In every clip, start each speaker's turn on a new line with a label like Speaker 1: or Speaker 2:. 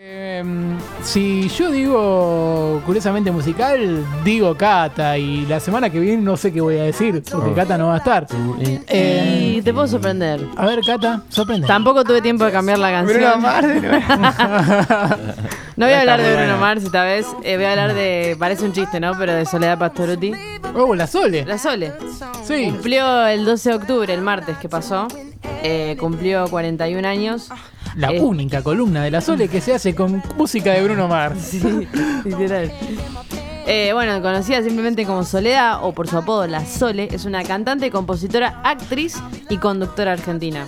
Speaker 1: Em, Si yo digo curiosamente musical, digo Cata. Y la semana que viene no sé qué voy a decir, porque Cata no va a estar. Eh,
Speaker 2: Y te puedo sorprender.
Speaker 1: a ver, Cata, sorprende.
Speaker 2: Tampoco tuve tiempo de cambiar la
Speaker 3: Bruno
Speaker 2: canción.
Speaker 3: Mars de nuevo.
Speaker 2: No voy a hablar de
Speaker 3: Está
Speaker 2: Bruno
Speaker 3: buena.
Speaker 2: Mars esta vez. eh, voy a hablar de. Parece un chiste, ¿no? Pero de Soledad Pastoruti.
Speaker 1: Oh, la Sole.
Speaker 2: La Sole.
Speaker 1: Sí.
Speaker 2: Cumplió el 12 de octubre, el martes que pasó. Eh, cumplió 41 años.
Speaker 1: La
Speaker 2: Eh.
Speaker 1: única columna de la Sole que se hace con música de Bruno Mars.
Speaker 2: Sí, literal. Eh, bueno, conocida simplemente como Soledad o por su apodo La Sole, es una cantante, compositora, actriz y conductora argentina.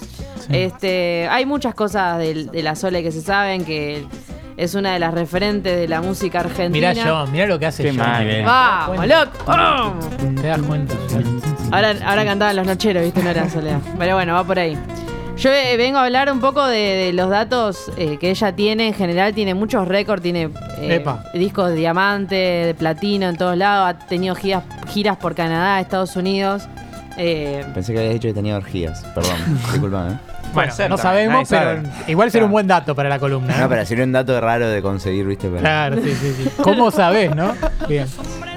Speaker 2: Este, hay muchas cosas del- de, La Sole que se saben, que es una de las referentes de la música argentina.
Speaker 1: Mirá John, mirá lo que hace
Speaker 3: Qué
Speaker 1: John.
Speaker 3: mal, eh.
Speaker 2: ¡Vamos, loco! ¡Vamos!
Speaker 1: Te das cuenta.
Speaker 2: Ahora, ahora cantaban los nocheros, ¿viste? No era Soledad. Pero bueno, va por ahí. Yo eh, vengo a hablar un poco de, de los datos eh, que ella tiene en general. Tiene muchos récords, tiene eh,
Speaker 1: Epa.
Speaker 2: discos de diamante, de platino en todos lados. Ha tenido giras, giras por Canadá, Estados Unidos. Eh,
Speaker 4: Pensé que habías dicho que tenía orgías. Perdón, disculpame.
Speaker 1: Bueno,
Speaker 3: ser
Speaker 1: no
Speaker 3: también,
Speaker 1: sabemos,
Speaker 3: nadie
Speaker 1: pero
Speaker 3: sabe.
Speaker 1: igual será
Speaker 3: Claro.
Speaker 1: un buen dato para la columna. ¿eh?
Speaker 4: No, pero sería un dato raro de conseguir, ¿viste? Pero-
Speaker 1: Claro, sí, sí, sí. ¿Cómo sabés, no? Bien.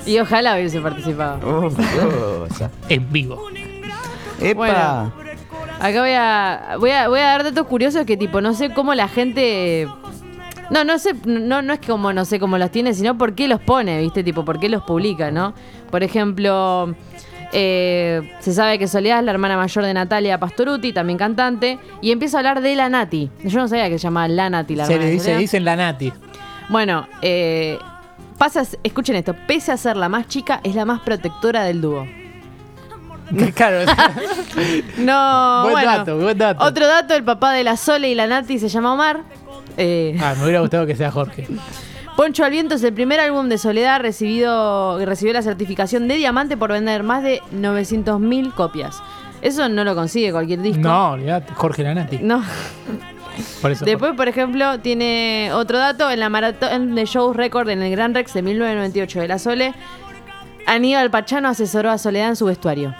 Speaker 2: y ojalá hubiese participado.
Speaker 4: Uf, uf, o sea.
Speaker 1: En vivo.
Speaker 4: ¡Epa!
Speaker 2: Bueno. Acá voy a, voy a voy a dar datos curiosos que tipo no sé cómo la gente no no sé no no es que como no sé cómo los tiene sino por qué los pone viste tipo por qué los publica no por ejemplo eh, se sabe que Soledad es la hermana mayor de Natalia Pastoruti también cantante y empieza a hablar de la Nati yo no sabía que se llamaba la Nati la
Speaker 1: Se
Speaker 2: hermana
Speaker 1: le
Speaker 2: de
Speaker 1: dice,
Speaker 2: Soledad.
Speaker 1: dicen la Nati.
Speaker 2: bueno eh, pasa a ser- escuchen esto pese a ser la más chica es la más protectora del dúo
Speaker 1: Claro,
Speaker 2: no
Speaker 1: buen
Speaker 2: Ah, bueno.
Speaker 1: dato, buen dato.
Speaker 2: Otro dato, el papá de la Sole y la Nati se llama Omar. Eh,
Speaker 1: Ah, me hubiera gustado que sea Jorge.
Speaker 2: Poncho al Viento es el primer álbum de Soledad recibido, recibió la certificación de diamante por vender más de 900.000 copias. Eso no lo consigue cualquier disco.
Speaker 1: No, olvidate, Jorge la Nati.
Speaker 2: No.
Speaker 1: Por eso.
Speaker 2: Después, por ejemplo, tiene otro dato en la maratón de shows récord en el Gran Rex de 1998 de la Sole. Aníbal Pachano asesoró a Soledad en su vestuario.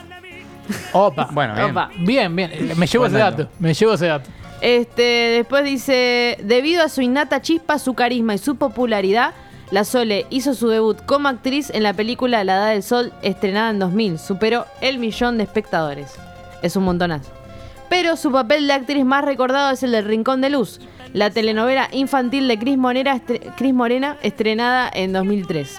Speaker 1: Opa.
Speaker 3: Bueno, bien.
Speaker 2: Opa.
Speaker 1: Bien, bien. Me llevo
Speaker 3: Buen
Speaker 1: ese
Speaker 3: dato.
Speaker 1: dato. Me llevo ese dato.
Speaker 2: Este, después dice, debido a su innata chispa, su carisma y su popularidad, la Sole hizo su debut como actriz en la película La Edad del Sol, estrenada en 2000. Superó el millón de espectadores. Es un montonazo. Pero su papel de actriz más recordado es el del Rincón de Luz, la telenovela infantil de Cris Morena, estre- Cris Morena estrenada en 2003.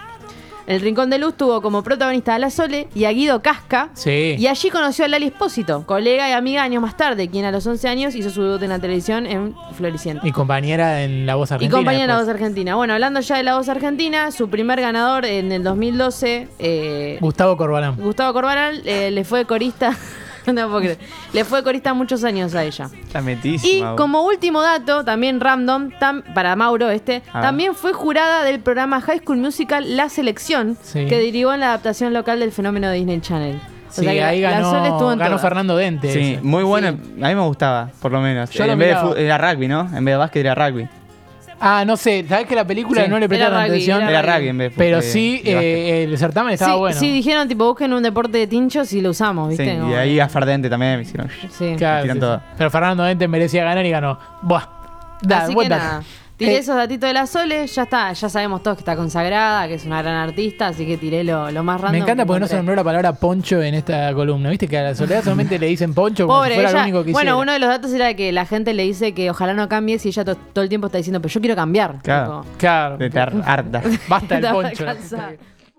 Speaker 2: El Rincón de Luz tuvo como protagonista a La Sole y a Guido Casca,
Speaker 1: Sí.
Speaker 2: y allí conoció a Lali Espósito, colega y amiga años más tarde, quien a los 11 años hizo su debut en la televisión en Floricienta.
Speaker 1: Y compañera en La Voz
Speaker 2: Y
Speaker 1: Argentina. pues.
Speaker 2: compañía de la voz
Speaker 1: después.
Speaker 2: argentina. Bueno, hablando ya de la voz argentina, su primer ganador en el 2012, eh,
Speaker 1: Gustavo Corbalán.
Speaker 2: Gustavo Corbalán, eh, le fue corista. no puedo creer. Le fue corista muchos años a ella.
Speaker 3: Está
Speaker 2: Y
Speaker 3: metísima. vos.
Speaker 2: como último dato, también random, tam- para Mauro este,
Speaker 3: A ver.
Speaker 2: también fue jurada del programa High School Musical La Selección,
Speaker 1: Sí.
Speaker 2: que derivó en la adaptación local del fenómeno de Disney Channel. O
Speaker 1: Sí,
Speaker 2: sea que la-
Speaker 1: ahí
Speaker 2: la Sol estuvo
Speaker 1: ganó,
Speaker 2: en
Speaker 1: ganó
Speaker 2: todas.
Speaker 1: Fernando Dente.
Speaker 3: Sí,
Speaker 1: ese.
Speaker 3: muy bueno. A mí me gustaba, por lo menos.
Speaker 1: Yo
Speaker 3: Eh,
Speaker 1: lo
Speaker 3: en vez de
Speaker 1: miraba.
Speaker 3: fu- era rugby, ¿no? En vez de básquet era rugby.
Speaker 1: Ah, no sé. ¿Sabés que la película
Speaker 3: Sí.
Speaker 1: no le presté
Speaker 2: Era
Speaker 1: tanta
Speaker 2: rugby,
Speaker 1: atención?
Speaker 2: Era
Speaker 3: Era
Speaker 2: rugby.
Speaker 3: rugby en vez de fu-
Speaker 1: Pero
Speaker 3: de-
Speaker 1: sí,
Speaker 3: de básquet.
Speaker 1: eh, el certamen estaba
Speaker 2: sí,
Speaker 1: bueno.
Speaker 2: sí, dijeron tipo busquen un deporte de tinchos y lo usamos, ¿viste?
Speaker 3: Sí, y
Speaker 2: Como-
Speaker 3: ahí a Ferdente también me hicieron.
Speaker 2: Sí.
Speaker 1: Claro,
Speaker 3: Tiran
Speaker 1: sí,
Speaker 3: todo.
Speaker 1: sí. Pero Fernando Dente merecía ganar y ganó. Buah. Da,
Speaker 2: Así
Speaker 1: buen
Speaker 2: que
Speaker 1: dato.
Speaker 2: nada. Tiré
Speaker 1: Eh,
Speaker 2: esos datitos de la Sole, ya está, ya sabemos todos que está consagrada, que es una gran artista, así que tiré lo, lo más random.
Speaker 1: Me encanta porque no se nombró
Speaker 2: encontré.
Speaker 1: la palabra poncho en esta columna. Viste que a la soledad solamente le dicen poncho como si
Speaker 2: Pobre,
Speaker 1: fuera
Speaker 2: ella-
Speaker 1: lo único que hiciera.
Speaker 2: bueno, uno de los datos era que la gente le dice que ojalá no cambie si ella to- todo el tiempo está diciendo, pero yo quiero cambiar.
Speaker 3: Claro.
Speaker 2: tipo.
Speaker 1: Claro.
Speaker 3: De tar- harta.
Speaker 1: Basta el
Speaker 2: Estaba
Speaker 1: poncho.
Speaker 2: cansada.